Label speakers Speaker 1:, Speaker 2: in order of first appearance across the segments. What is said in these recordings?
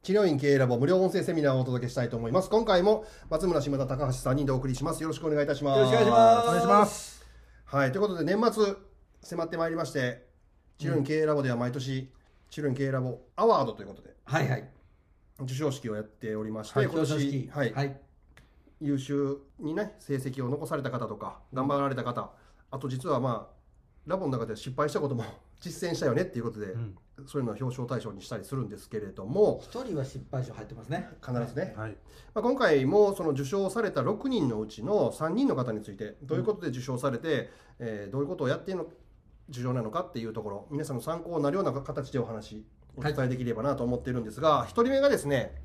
Speaker 1: 治療院経営ラボ無料音声セミナーをお届けしたいと思います。今回も松村島田高橋さんにお送りします。よろしくお願いいたします。
Speaker 2: よろしくお願いします
Speaker 3: お願いします。
Speaker 1: はい、ということで年末迫ってまいりまして、治療院経営ラボでは毎年、治療院経営ラボアワードということで
Speaker 2: はいはい。
Speaker 1: 授賞式をやっておりまして、
Speaker 2: はい、
Speaker 1: 今
Speaker 2: 表彰式
Speaker 1: 年、。はい
Speaker 2: はい。
Speaker 1: 優秀にね成績を残された方とか頑張られた方、あと実はまあラボの中で失敗したことも 実践したよねっていうことで、
Speaker 3: うん
Speaker 1: そういうのを表彰対象にしたりするんですけれども
Speaker 2: 一人は失敗賞入ってますね。
Speaker 1: 必ずね、
Speaker 3: はい。
Speaker 1: まあ、今回もその受賞された6人のうちの3人の方についてどういうことで受賞されて、えーどういうことをやっているの受賞なのかっていうところ皆さんの参考になるような形でお話お伝えできればなと思っているんですが、一1人目がですね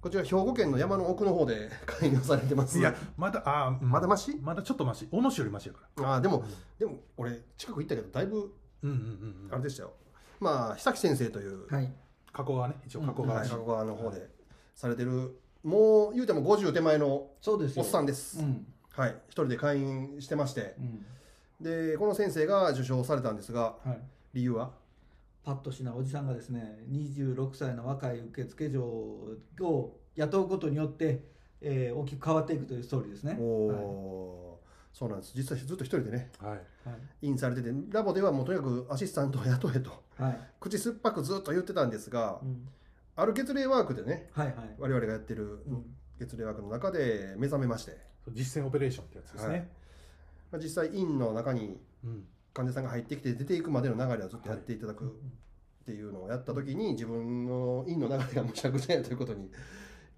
Speaker 1: こちら兵庫県の山の奥の方で 開業されてます
Speaker 3: いや、まだ、あー、
Speaker 1: まだマシ
Speaker 3: まだちょっとマシ。おのしよりマシやから。
Speaker 1: ああでも、でも俺近く行ったけどだいぶ
Speaker 3: うんうん
Speaker 1: あれでしたよ、まあ久木先生という、
Speaker 2: はい。
Speaker 3: 加工はね、一応加工
Speaker 1: は
Speaker 3: が
Speaker 1: い、
Speaker 3: ね。
Speaker 1: 加古川の方でされてるもう言うても50手前の
Speaker 2: そうです
Speaker 1: お
Speaker 2: よ。
Speaker 1: っさ
Speaker 2: ん
Speaker 1: んです、
Speaker 2: うん。
Speaker 1: はい一人で会員してまして
Speaker 2: うん。
Speaker 1: でこの先生が受賞されたんですが
Speaker 2: はい。
Speaker 1: 理由は
Speaker 2: パッとしなおじさんがですね、26歳の若い受付嬢を雇うことによって、えー、大きく変わっていくというストーリーですね。
Speaker 1: お
Speaker 2: はい
Speaker 1: おー、そうなんです実はずっと一人でね
Speaker 3: はい。
Speaker 1: インされててラボではもうとにかくアシスタントを雇えと
Speaker 2: はい。はい。
Speaker 1: 口酸っぱくずっと言ってたんですが
Speaker 2: うん
Speaker 1: ある月齢ワークでね
Speaker 2: はいはい。
Speaker 1: 我々がやってる
Speaker 2: うん
Speaker 1: 月齢ワークの中で目覚めまして
Speaker 3: 実践オペレーションってやつですね。
Speaker 1: まあ実際院の中に
Speaker 3: うん。
Speaker 1: 患者さんが入ってきて出ていくまでの流れをずっとやっていただ
Speaker 2: う
Speaker 1: く
Speaker 2: ん
Speaker 1: っていうのをやった時に自分の院の流れがむちゃくちゃやということに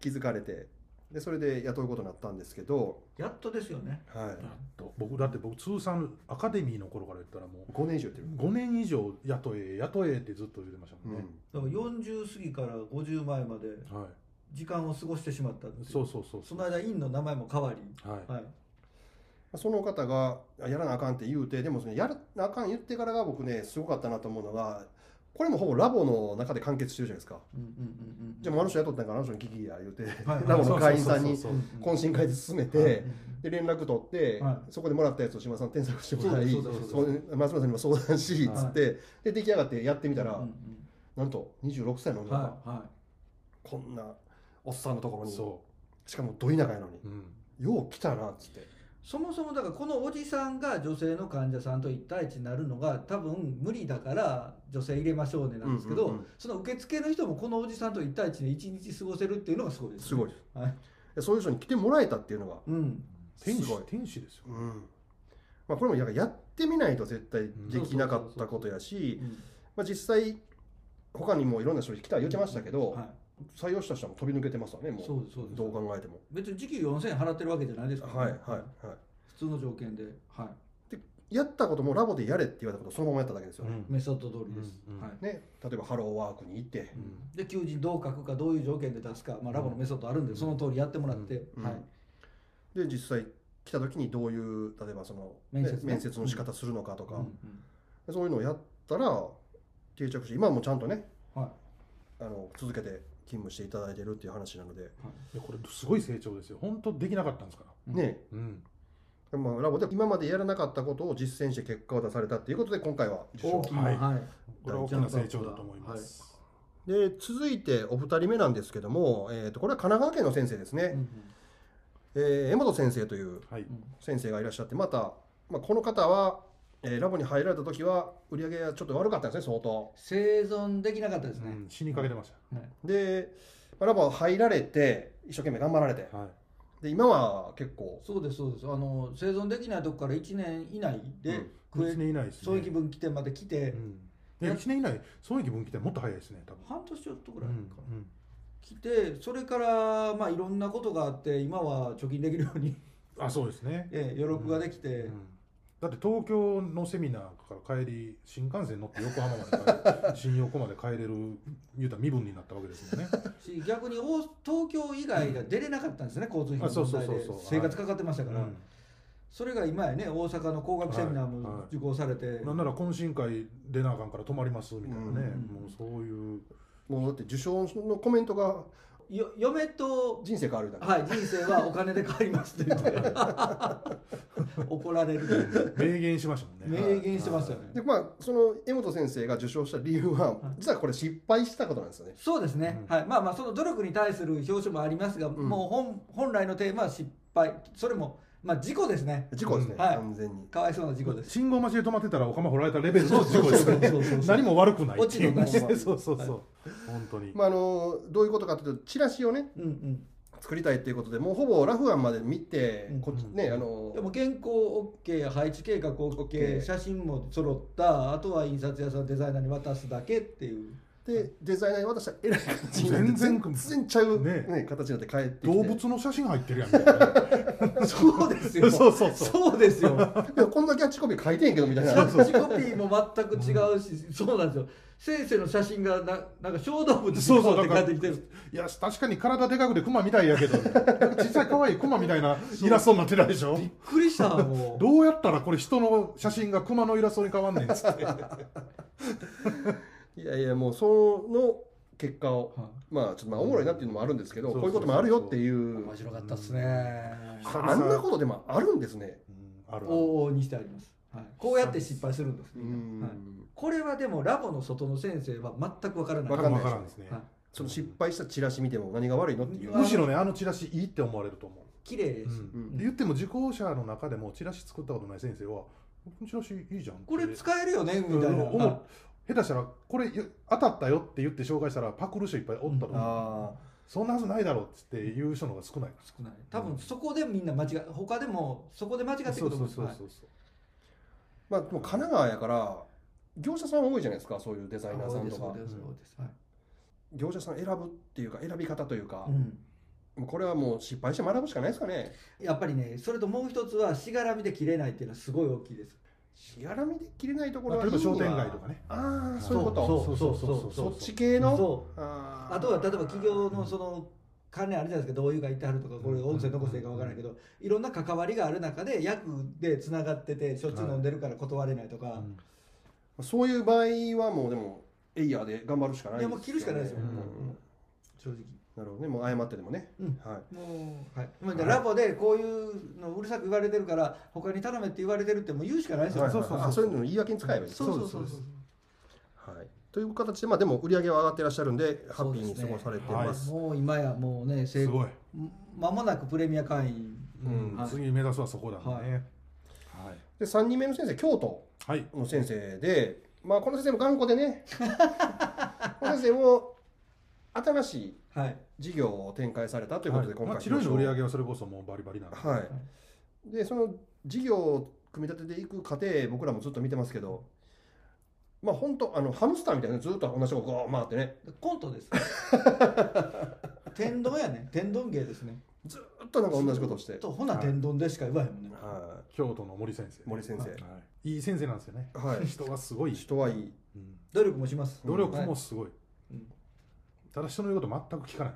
Speaker 1: 気づかれてでそれで雇うことになったんですけど、
Speaker 2: やっとですよね。
Speaker 1: は
Speaker 3: やっと僕、だって僕、通算アカデミーの頃から言ったらもう、
Speaker 1: い、5年以上やってる、
Speaker 3: 5年以上雇え、雇えってずっと言ってました
Speaker 1: う
Speaker 3: もんね。
Speaker 1: ん
Speaker 2: だから40過ぎから50前まで
Speaker 3: は
Speaker 2: 時間を過ごしてしまったんで
Speaker 3: い。
Speaker 2: す
Speaker 3: そ
Speaker 2: よ
Speaker 3: うそうそう。
Speaker 2: その間、院の名前も変わり、
Speaker 3: はい。
Speaker 2: はい、
Speaker 1: その方があやらなあかんって言うてでもそのやらなあかん言ってからが僕ねすごかったなと思うのがこれもほぼラボの中で完結してるじゃないですか、
Speaker 2: うんうんうんうん
Speaker 1: じゃあもうあの人雇ったんからあの人に聞きや言うて、
Speaker 2: はい
Speaker 1: ラボの会員さん
Speaker 3: そう
Speaker 1: に
Speaker 3: そうそうそう
Speaker 1: 懇親会で進めて、
Speaker 3: はい
Speaker 1: で連絡取って、
Speaker 2: は
Speaker 1: そこでもらったやつを島田さん添削してもらい
Speaker 2: そうだそうだ
Speaker 1: そ
Speaker 2: そう
Speaker 1: 松
Speaker 2: う
Speaker 1: 村さんにも相談し
Speaker 3: はい
Speaker 1: つって、で出来上がってやってみたら、
Speaker 2: うんうん
Speaker 1: なんと26歳の
Speaker 2: うん
Speaker 1: 女が、
Speaker 2: はいは
Speaker 1: こんなおっさんのところに
Speaker 3: そ
Speaker 1: しかもど田舎やのに
Speaker 3: う。うん。
Speaker 1: よう来たなっつって
Speaker 2: い、そもそもだからこのおじさんが女性の患者さんと一対一になるのが多分無理だから女性入れましょうねなんですけど、
Speaker 1: うんうんうん
Speaker 2: その受付の人もこのおじさんと一対一で一日過ごせるっていうのがすごいです、ね、
Speaker 1: すごい
Speaker 2: い、
Speaker 1: です
Speaker 2: はい
Speaker 1: でそういう人に来てもらえたっていうのが、
Speaker 2: うん、
Speaker 3: 天
Speaker 1: すご
Speaker 3: 使
Speaker 1: い、
Speaker 3: 天使ですよ。
Speaker 1: うんまあ、これもややってみないと絶対できなかったことやし、まあ、実際他にもいろんな人来た言ってましたけど、
Speaker 2: はい、
Speaker 1: 採用した人も飛び抜けてますわねもう
Speaker 2: そうですそうです
Speaker 1: どう考えても
Speaker 2: 別に時給4000円払ってるわけじゃないですからね、
Speaker 1: はいはいは
Speaker 2: 普通の条件で、はい
Speaker 1: やったこともラボでやれって言われたことをそのままやっただけです
Speaker 3: う
Speaker 1: よね,、
Speaker 2: い、メソッド通りです、
Speaker 3: うんうん
Speaker 2: はい
Speaker 1: ね例えばハローワークに行って、
Speaker 3: ん
Speaker 2: で求人どう書くかどういう条件で出すか、まあ、ラボのメソッドあるんで、その通りやってもらって、
Speaker 1: うん
Speaker 2: はい、
Speaker 1: で実際来た時にどういう例えばその、
Speaker 2: 面接
Speaker 1: ね
Speaker 2: ね
Speaker 1: 面接の仕方するのかとか、
Speaker 2: うん
Speaker 1: そういうのをやったら定着して今もちゃんとね
Speaker 2: うんはい
Speaker 1: あの続けて勤務していただいてるっていう話なので、
Speaker 3: いやこれすごい成長ですよ。本当できなかったんですから。
Speaker 2: うん
Speaker 1: ね
Speaker 3: うん。
Speaker 1: まあ、ラボで今までやらなかったことを実践して結果を出されたっていうことで今回は受賞
Speaker 2: 大きな、
Speaker 3: は
Speaker 2: はいい
Speaker 3: これは大きな成長だと思います。
Speaker 1: で続いてお二人目なんですけども、えー、とこれは神奈川県の先生です
Speaker 2: う
Speaker 1: ね、
Speaker 2: ん
Speaker 1: えー江本先生という
Speaker 3: はい。
Speaker 1: 先生がいらっしゃってまた、まあ、この方は、えーラボに入られた時は売り上げがちょっと悪かったんですね相当
Speaker 2: 生存できなかったですね、
Speaker 3: うん死にかけてまし
Speaker 1: で、まあラボ入られて一生懸命頑張られて
Speaker 3: た。はい。
Speaker 1: で今は結構
Speaker 2: そうですそうですあの生存できないとこから1年以内
Speaker 1: う
Speaker 2: で
Speaker 1: ん
Speaker 2: 区
Speaker 3: 一
Speaker 2: 営
Speaker 3: 年以内ですね。
Speaker 2: 損益分岐点まで来て、
Speaker 3: うん。いや一年以内損益分岐点もっと早いですね。多分。
Speaker 2: 半年ちょっとぐらいかな、
Speaker 3: うんうん
Speaker 2: 来てそれからまあいろんなことがあって今は貯金できるように
Speaker 3: あそうですね。
Speaker 2: ええ余力ができて、
Speaker 3: うんだって東京のセミナーから帰り新幹線乗って横浜まで 帰る新横まで帰れる言うたら身分になったわけですもんね。
Speaker 2: し逆に大東京以外が出れなかったんですね、交通費の問題
Speaker 3: あそうそう
Speaker 2: で
Speaker 3: そうそう
Speaker 2: 生活かかってましたから、
Speaker 3: うん
Speaker 2: それが今やね大阪の工学セミナー
Speaker 3: はいは
Speaker 2: も
Speaker 3: い
Speaker 2: 受講されて、
Speaker 3: なんなら懇親会出なあかんから泊まりますみたいなね、
Speaker 2: うん
Speaker 3: もうそういう
Speaker 1: もうだって受賞のコメントが
Speaker 2: よ嫁と
Speaker 1: 人生変わるだけ、
Speaker 2: はい、人生はお金で変わりますって言 って怒られる
Speaker 3: 明言しましたもんね。
Speaker 2: 明言してましたよね
Speaker 1: でまあその江本先生が受賞した理由は、実はこれ失敗したことなんですよね
Speaker 2: そうですね、
Speaker 3: う
Speaker 2: はいまあまあその努力に対する表彰もありますが、
Speaker 1: ん
Speaker 2: もう本本来のテーマは失敗それもまあ事故ですね
Speaker 1: 事故ですね、
Speaker 2: うんはい
Speaker 1: 完全に
Speaker 2: かわいそうな事故です
Speaker 3: 信号待ちで止まってたらお釜掘られたレベルの事故です ね
Speaker 2: そうそうそうそう
Speaker 3: 何も悪くないっていう
Speaker 2: 落ち度なし
Speaker 3: そうそうそう、
Speaker 2: は
Speaker 3: 本当に、
Speaker 1: まああのどういうことかというとチラシをね
Speaker 2: うんうん
Speaker 1: 作りたいっていうことでもうほぼラフ案まで見て、
Speaker 2: うん
Speaker 1: こっちねあの
Speaker 2: でも健康 OK 配置計画 OK
Speaker 1: OK
Speaker 2: 写真も揃ったあとは印刷屋さんデザイナーに渡すだけっていう
Speaker 1: でデザイナーに渡したらえらい形になって
Speaker 3: 全然
Speaker 1: 全然ちゃう、
Speaker 3: ね
Speaker 1: ね形になって帰ってきて
Speaker 3: 動物の写真入ってるやんみたいな
Speaker 2: そうです
Speaker 3: そう
Speaker 2: よ
Speaker 3: そう
Speaker 2: そ
Speaker 3: そう
Speaker 2: う
Speaker 3: そう
Speaker 2: ですよ
Speaker 1: いやこんなキャッチコピー書いてんけどみたい
Speaker 2: キ
Speaker 1: な
Speaker 2: ャッチコピーも全く違うし、そうなんですよ先生の写真がななんか小動物に
Speaker 3: そうそう
Speaker 2: こって帰ってきてる
Speaker 3: いや確かに体でかくてクマみたいやけど小さい可愛いクマみたいなイラストになってないでしょ
Speaker 2: びっくりしたもう
Speaker 3: どうやったらこれ人の写真がクマのイラストに変わんねんっつって
Speaker 1: いやいやもうその結果を、
Speaker 2: は
Speaker 1: まあちょっとまあおもろいなっていうのもあるんですけど、
Speaker 3: そう
Speaker 1: こう
Speaker 3: そ
Speaker 1: いう
Speaker 3: うそ
Speaker 1: こ
Speaker 3: う
Speaker 1: ともあるよっていう
Speaker 2: 面白かったっすね
Speaker 3: 白い
Speaker 1: あんなことでもあるんですね。
Speaker 3: うんあるある
Speaker 2: 往々にしてあります、はい、こうやって失敗するんです
Speaker 1: う
Speaker 2: みん
Speaker 1: ん
Speaker 2: な、はい、これはでもラボの外の先生は全くわからない
Speaker 1: わ
Speaker 3: わ
Speaker 1: かんない
Speaker 3: からんですね、
Speaker 2: はい
Speaker 1: その失敗したチラシ見ても何が悪いのっていう
Speaker 2: うわ
Speaker 3: むしろねあのチラシいいって思われると思う
Speaker 2: 綺麗です、
Speaker 3: うん
Speaker 1: うん
Speaker 3: で言っても受講者の中でもチラシ作ったことない先生は「チラシいいじゃん」
Speaker 2: これ使えるよねみたいな、
Speaker 3: うん
Speaker 2: はい
Speaker 3: 下手したらこれよ当たったよって言って紹介したらパクる人いっぱいおったと思う、
Speaker 1: あ
Speaker 3: そんなはずないだろうっつって言う人の方が少ないか
Speaker 2: 少ない多分そこでみんな間違他でもそこで間違って
Speaker 3: ら
Speaker 2: ると
Speaker 3: そう
Speaker 2: 思
Speaker 3: そううん
Speaker 2: です
Speaker 3: そ
Speaker 2: は
Speaker 3: うそ
Speaker 2: いう
Speaker 3: そ
Speaker 1: ー
Speaker 3: う、
Speaker 1: まあでも神奈川やから業者さん多いじゃないですかそういうデザイナーさんと
Speaker 2: そう
Speaker 1: か
Speaker 2: ですそうですはい
Speaker 1: 業者さん選ぶっていうか選び方というか
Speaker 2: う、ん
Speaker 1: もうこれはもう失敗して学ぶしかないですかね
Speaker 2: やっぱりねそれともう一つはしがらみで切れないっていうのはすごい大きいです
Speaker 1: しがらみで切れないとこ
Speaker 3: ま
Speaker 1: ろ
Speaker 3: あ
Speaker 1: は
Speaker 3: 例えば
Speaker 1: いいわ
Speaker 3: 商店街とかね
Speaker 1: ああそういうこと
Speaker 2: そう
Speaker 1: そっち系の
Speaker 2: そう
Speaker 1: あー
Speaker 2: あとは例えば企業のその関連あるじゃないですかどういうがいてはるとかこれ音声残せいかわからないけどいろんな関わりがある中で役でつながっててしょっちゅう飲んでるから断れないとか、
Speaker 3: うん
Speaker 1: そういう場合はもうでもエイヤーで頑張るしかない
Speaker 2: いやもう切るしかないですよ、
Speaker 1: う
Speaker 2: うんん正直
Speaker 1: なるほどねもう謝ってでもね、
Speaker 2: うん
Speaker 1: はい
Speaker 2: もう、はいまあ、
Speaker 3: はい
Speaker 2: ラボでこういうのうるさく言われてるから他に頼めって言われてるってもう言うしかないですよ、
Speaker 1: はい
Speaker 3: そうそうそう
Speaker 1: あそういうのを言い訳に使えばいいです
Speaker 2: そ
Speaker 1: ね
Speaker 2: うそうそうそう
Speaker 1: はい、という形で、まあ、でも売り上げは上がってらっしゃるんでハッピーに
Speaker 2: そうです
Speaker 1: 過
Speaker 2: ね
Speaker 1: ごされてます
Speaker 2: もう今やもうね成
Speaker 3: すごい、
Speaker 2: 間もなくプレミア会員
Speaker 3: うん
Speaker 2: はい
Speaker 3: 次目指すはそこだもんねはい、
Speaker 1: で3人目の先生京都
Speaker 3: はい
Speaker 1: の先生で、まあ、この先生も頑固で ねこの先生も新しい
Speaker 2: はい
Speaker 1: 事業を展開されたということで、
Speaker 3: はいまあ、治
Speaker 1: 今
Speaker 3: 療
Speaker 1: 回
Speaker 3: 院の売り上げはそれこそもうバリバリなんで、
Speaker 1: はい、でその事業を組み立てていく過程僕らもずっと見てますけどまあ本当あのハムスターみたいなずっと同じとここう回ってね
Speaker 2: コント です天丼やね天丼芸ですね
Speaker 1: ずっとなんか同じことをして、
Speaker 2: とほな天丼でしか言わへんもんね、
Speaker 1: は
Speaker 3: 京都の森先生
Speaker 1: い、森先生
Speaker 3: はい、いい先生なんですよね、
Speaker 1: はい
Speaker 3: 人がすごい、
Speaker 1: 人はいい
Speaker 3: うん
Speaker 2: 努力もします
Speaker 3: 努力もすごい、
Speaker 2: うん
Speaker 3: ただ人の言うこと全く聞かない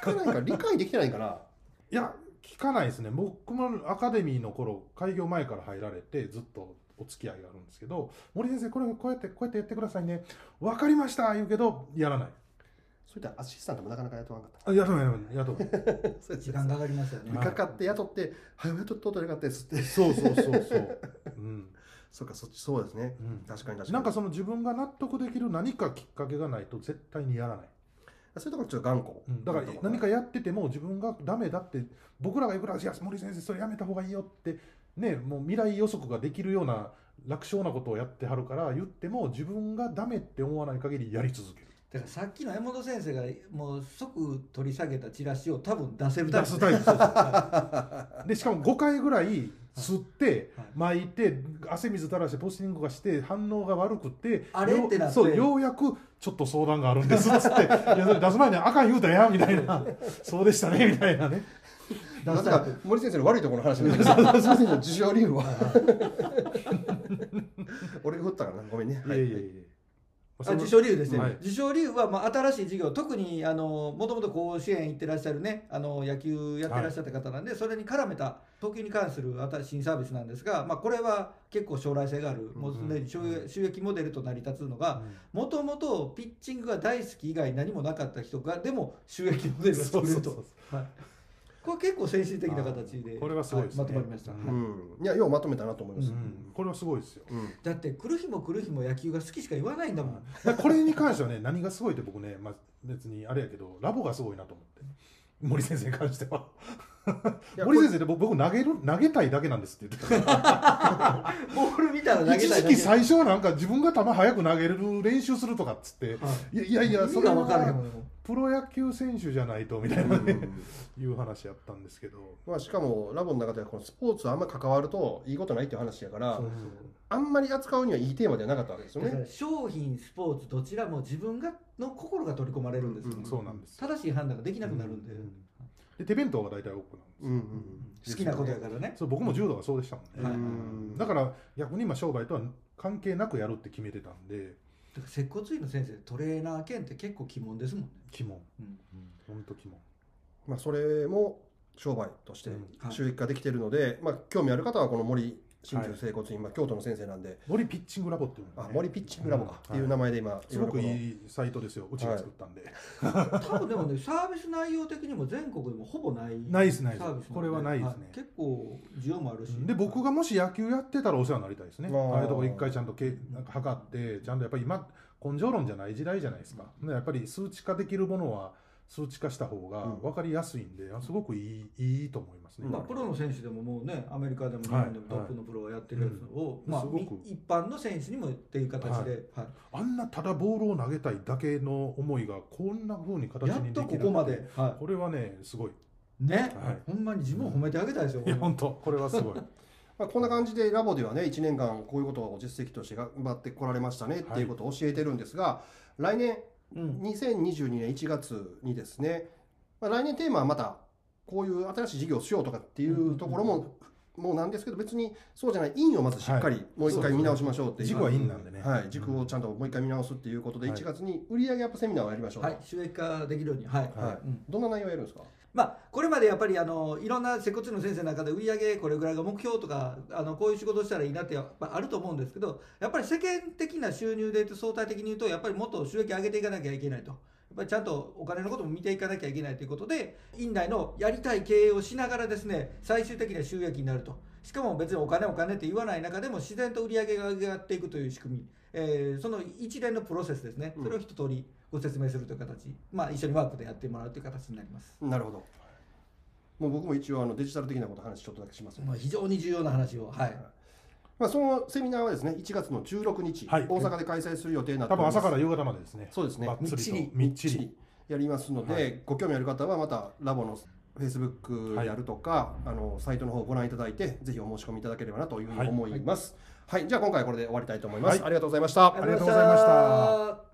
Speaker 1: 聞かないから理解できてないから
Speaker 3: いや聞かないですね僕もアカデミーの頃開業前から入られてずっとお付き合いがあるんですけど森先生これこうやってこうやってやってくださいね分かりました言うけどやらない
Speaker 1: そういったアシスタントもなかなか雇わなかっ
Speaker 3: あやらないやらないやらない
Speaker 1: たそうです
Speaker 2: 時間かかりますよね、
Speaker 1: 見かかって雇って「はい雇っと取れなかったです」って
Speaker 3: そうそうそうそう、うん
Speaker 1: そうかそっちそうですね
Speaker 3: うん、
Speaker 1: 確かに確かに
Speaker 3: なんかその自分が納得できる何かきっかけがないと絶対にやらない、
Speaker 1: そういうところちょっと頑固、
Speaker 3: うんだから何かやってても自分がダメだって僕らがいくら「いや森先生それやめた方がいいよ」ってねもう未来予測ができるような楽勝なことをやってはるから言っても自分がダメって思わない限りやり続ける
Speaker 2: だからさっきの江本先生がもう即取り下げたチラシを多分出せるタイ
Speaker 3: 出
Speaker 2: プ
Speaker 3: すタイプそうそうでしかも5回ぐらい吸って
Speaker 2: はい
Speaker 3: 巻いて汗水垂らしてポスティングがして反応が悪くて
Speaker 2: あれ
Speaker 3: よう
Speaker 2: ってなって
Speaker 3: そうようやくちょっと相談があるん ですっつっていやそれ出す前に赤言うたやんみたいなそうでしたねみたいなね
Speaker 1: まさか森先生の悪いところの話になりま した森先生の受賞理由は 俺が振ったからなごめんね、
Speaker 3: い
Speaker 1: は
Speaker 3: や
Speaker 1: い
Speaker 3: いやいや、まあ
Speaker 1: か
Speaker 2: あ
Speaker 1: その
Speaker 2: 受賞理由ですね、
Speaker 3: はい
Speaker 2: 受賞理由は、まあ、新しい事業特にもともと甲子園行ってらっしゃるねあの野球やってらっしゃった方なんで、それに絡めた投球に関する新しい新サービスなんですが、まあ、これは結構将来性があるもうすでに収益収益モデルと成り立つのがもともとピッチングが大好き以外何もなかった人がでも収益モデルが
Speaker 3: そ
Speaker 2: 作
Speaker 3: う
Speaker 2: れ
Speaker 3: そ
Speaker 2: る
Speaker 3: うそう
Speaker 2: と。はいこれ結構先進的な形で
Speaker 3: あーこれはすごいですね
Speaker 2: まとまりました、
Speaker 3: うん
Speaker 2: はい
Speaker 1: うん、いやようまとめたなと思います、
Speaker 3: う
Speaker 1: うんん
Speaker 3: これはすごいですよ
Speaker 2: だって来る日も来る日も野球が好きしか言わないんだも ん
Speaker 3: だからこれに関してはね何がすごいって僕ね、まあ、別にあれやけどラボがすごいなと思って森先生に関しては森先生で僕僕投げる投げたいだけなんですって言ってた
Speaker 2: ボール見たら投げたい
Speaker 3: 一
Speaker 2: だ
Speaker 3: 時
Speaker 2: け
Speaker 3: 期最初はなんか自分が球早く投げれる練習するとかっつって、、
Speaker 2: はい
Speaker 3: やいやいや
Speaker 2: 意味
Speaker 3: それ
Speaker 2: が分からへんも
Speaker 3: は
Speaker 2: ん
Speaker 3: プロ野球選手じゃないとみたいなね、いう話やったんですけど
Speaker 1: まあ、しかもラボの中ではこのスポーツあんまり関わるといいことないっていう話やから
Speaker 2: そう
Speaker 1: あんまり扱うにはいいテーマではなかったわけですよ
Speaker 2: だか
Speaker 1: ね。
Speaker 2: ら商品スポーツどちらも自分がの心が取り込まれるんですよ、
Speaker 1: うん
Speaker 3: そうなんです
Speaker 2: 正しい判断ができなくなるんで、
Speaker 3: うで手弁当が大体多くなるんですよ、
Speaker 1: うんうん
Speaker 2: 好きなことやからね
Speaker 3: そう僕も柔道がそうでしたもんね、
Speaker 2: は
Speaker 1: う
Speaker 2: い
Speaker 1: ん
Speaker 3: だから逆に今商売とは関係なくやるって決めてたん
Speaker 2: だ
Speaker 3: で
Speaker 2: から接骨院の先生トレーナー兼って結構鬼門ですもんね、
Speaker 3: 鬼門
Speaker 2: うん
Speaker 3: 本当鬼門
Speaker 1: まあ、それも商売として
Speaker 3: うん
Speaker 2: はい
Speaker 1: 収益化できているので、まあ、興味ある方はこの森真珠整骨院、まあ、京都の先生なんで、
Speaker 3: 森ピッチングラボっていうのが
Speaker 1: あ
Speaker 3: ね、
Speaker 1: 森ピッチングラボかっていう名前で今、
Speaker 3: すごく
Speaker 1: いろいろ
Speaker 3: いいサイトですようちが作ったんで、
Speaker 2: 多分でもね サービス内容的にも全国でもほぼない
Speaker 3: ないですないです
Speaker 2: サービスん
Speaker 3: これはないですね
Speaker 2: 結構需要もあるし
Speaker 3: で僕がもし野球やってたらお世話になりたいですね
Speaker 1: あー
Speaker 3: ああいうとこ一回ちゃんとけなんか測ってちゃんとやっぱり今根性論じゃない時代じゃないですか、ねやっぱり数値化できるものは数値化した方が
Speaker 1: うん
Speaker 3: 分かりやすいんで、あすごくいいいいと思いますね、
Speaker 2: まあ、プロの選手でももうねアメリカでも日
Speaker 3: はい
Speaker 2: 本でもトップのプロがやってるやつを、
Speaker 3: うん
Speaker 2: まあ、
Speaker 3: すごく
Speaker 2: み一般の選手にもっていう形で、はい
Speaker 3: あんなただボールを投げたいだけの思いがこんな風に形
Speaker 2: やっ
Speaker 3: にで
Speaker 2: と
Speaker 3: きる
Speaker 2: ここまで、は
Speaker 3: これはねすごい
Speaker 2: い、ね、
Speaker 3: はい
Speaker 2: ほんまに自分を褒めてあげたいですよ、
Speaker 3: いや
Speaker 2: 俺も
Speaker 3: 本当これはすごい
Speaker 1: まあ、こんな感じでラボではね1年間こういうことを実績として頑張ってこられましたねっていうことを教えてるんですが、来年
Speaker 2: うん
Speaker 1: 2022年1月にですね、まあ、来年テーマはまたこういう新しい事業をしようとかっていうところも、もうなんですけど別にそうじゃない院をまずしっか
Speaker 3: は
Speaker 1: りもう一回見直しましょうっていう、
Speaker 3: 軸はインなんでね、
Speaker 1: はい、軸をちゃんともう一回見直すっていうことで、
Speaker 3: はい
Speaker 1: 1月に売上アップセミナーをやりましょうと、
Speaker 2: はい、収益化できるように、はい
Speaker 1: はい
Speaker 2: うん
Speaker 1: どんな内容をやるんですか、
Speaker 2: まあ、これまでやっぱりあのいろんな接骨院の先生の中で売り上げこれぐらいが目標とかあのこういう仕事したらいいなってやっぱあると思うんですけどやっぱり世間的な収入で言うと相対的に言うとやっぱりもっと収益上げていかなきゃいけないと。やっぱりちゃんとお金のことも見ていかなきゃいけないということで院内のやりたい経営をしながらですね最終的には収益になるとしかも別にお金お金って言わない中でも自然と売り上げが上がっていくという仕組み、えーその一連のプロセスですねそれを一通りご説明するという形、まあ、一緒にワークでやってもらうという形になります。
Speaker 1: なるほどもう僕も一応あのデジタル的なこと話ちょっとだけしますので、
Speaker 2: まあ、非常に重要な話を、はい、
Speaker 1: まあ、そのセミナーはですね1月の16日、
Speaker 3: はい
Speaker 1: 大阪で開催する予定になっており
Speaker 3: 多分
Speaker 1: ます
Speaker 3: 朝から夕方までですね
Speaker 1: そうですね
Speaker 3: ばっつりと
Speaker 1: み
Speaker 3: み
Speaker 1: っ
Speaker 3: っ
Speaker 1: ち
Speaker 3: ちり
Speaker 1: りやりますので、
Speaker 3: は
Speaker 1: ご興味ある方はまたラボのフェイスブックであるとか、あのサイトの方をご覧いただいてぜひお申し込みいただければなというふうに思います、はいじゃあ今回はこれで終わりたいと思います、
Speaker 3: は
Speaker 1: ありがとうございました
Speaker 3: ありがとうございました
Speaker 2: ありがとうございました。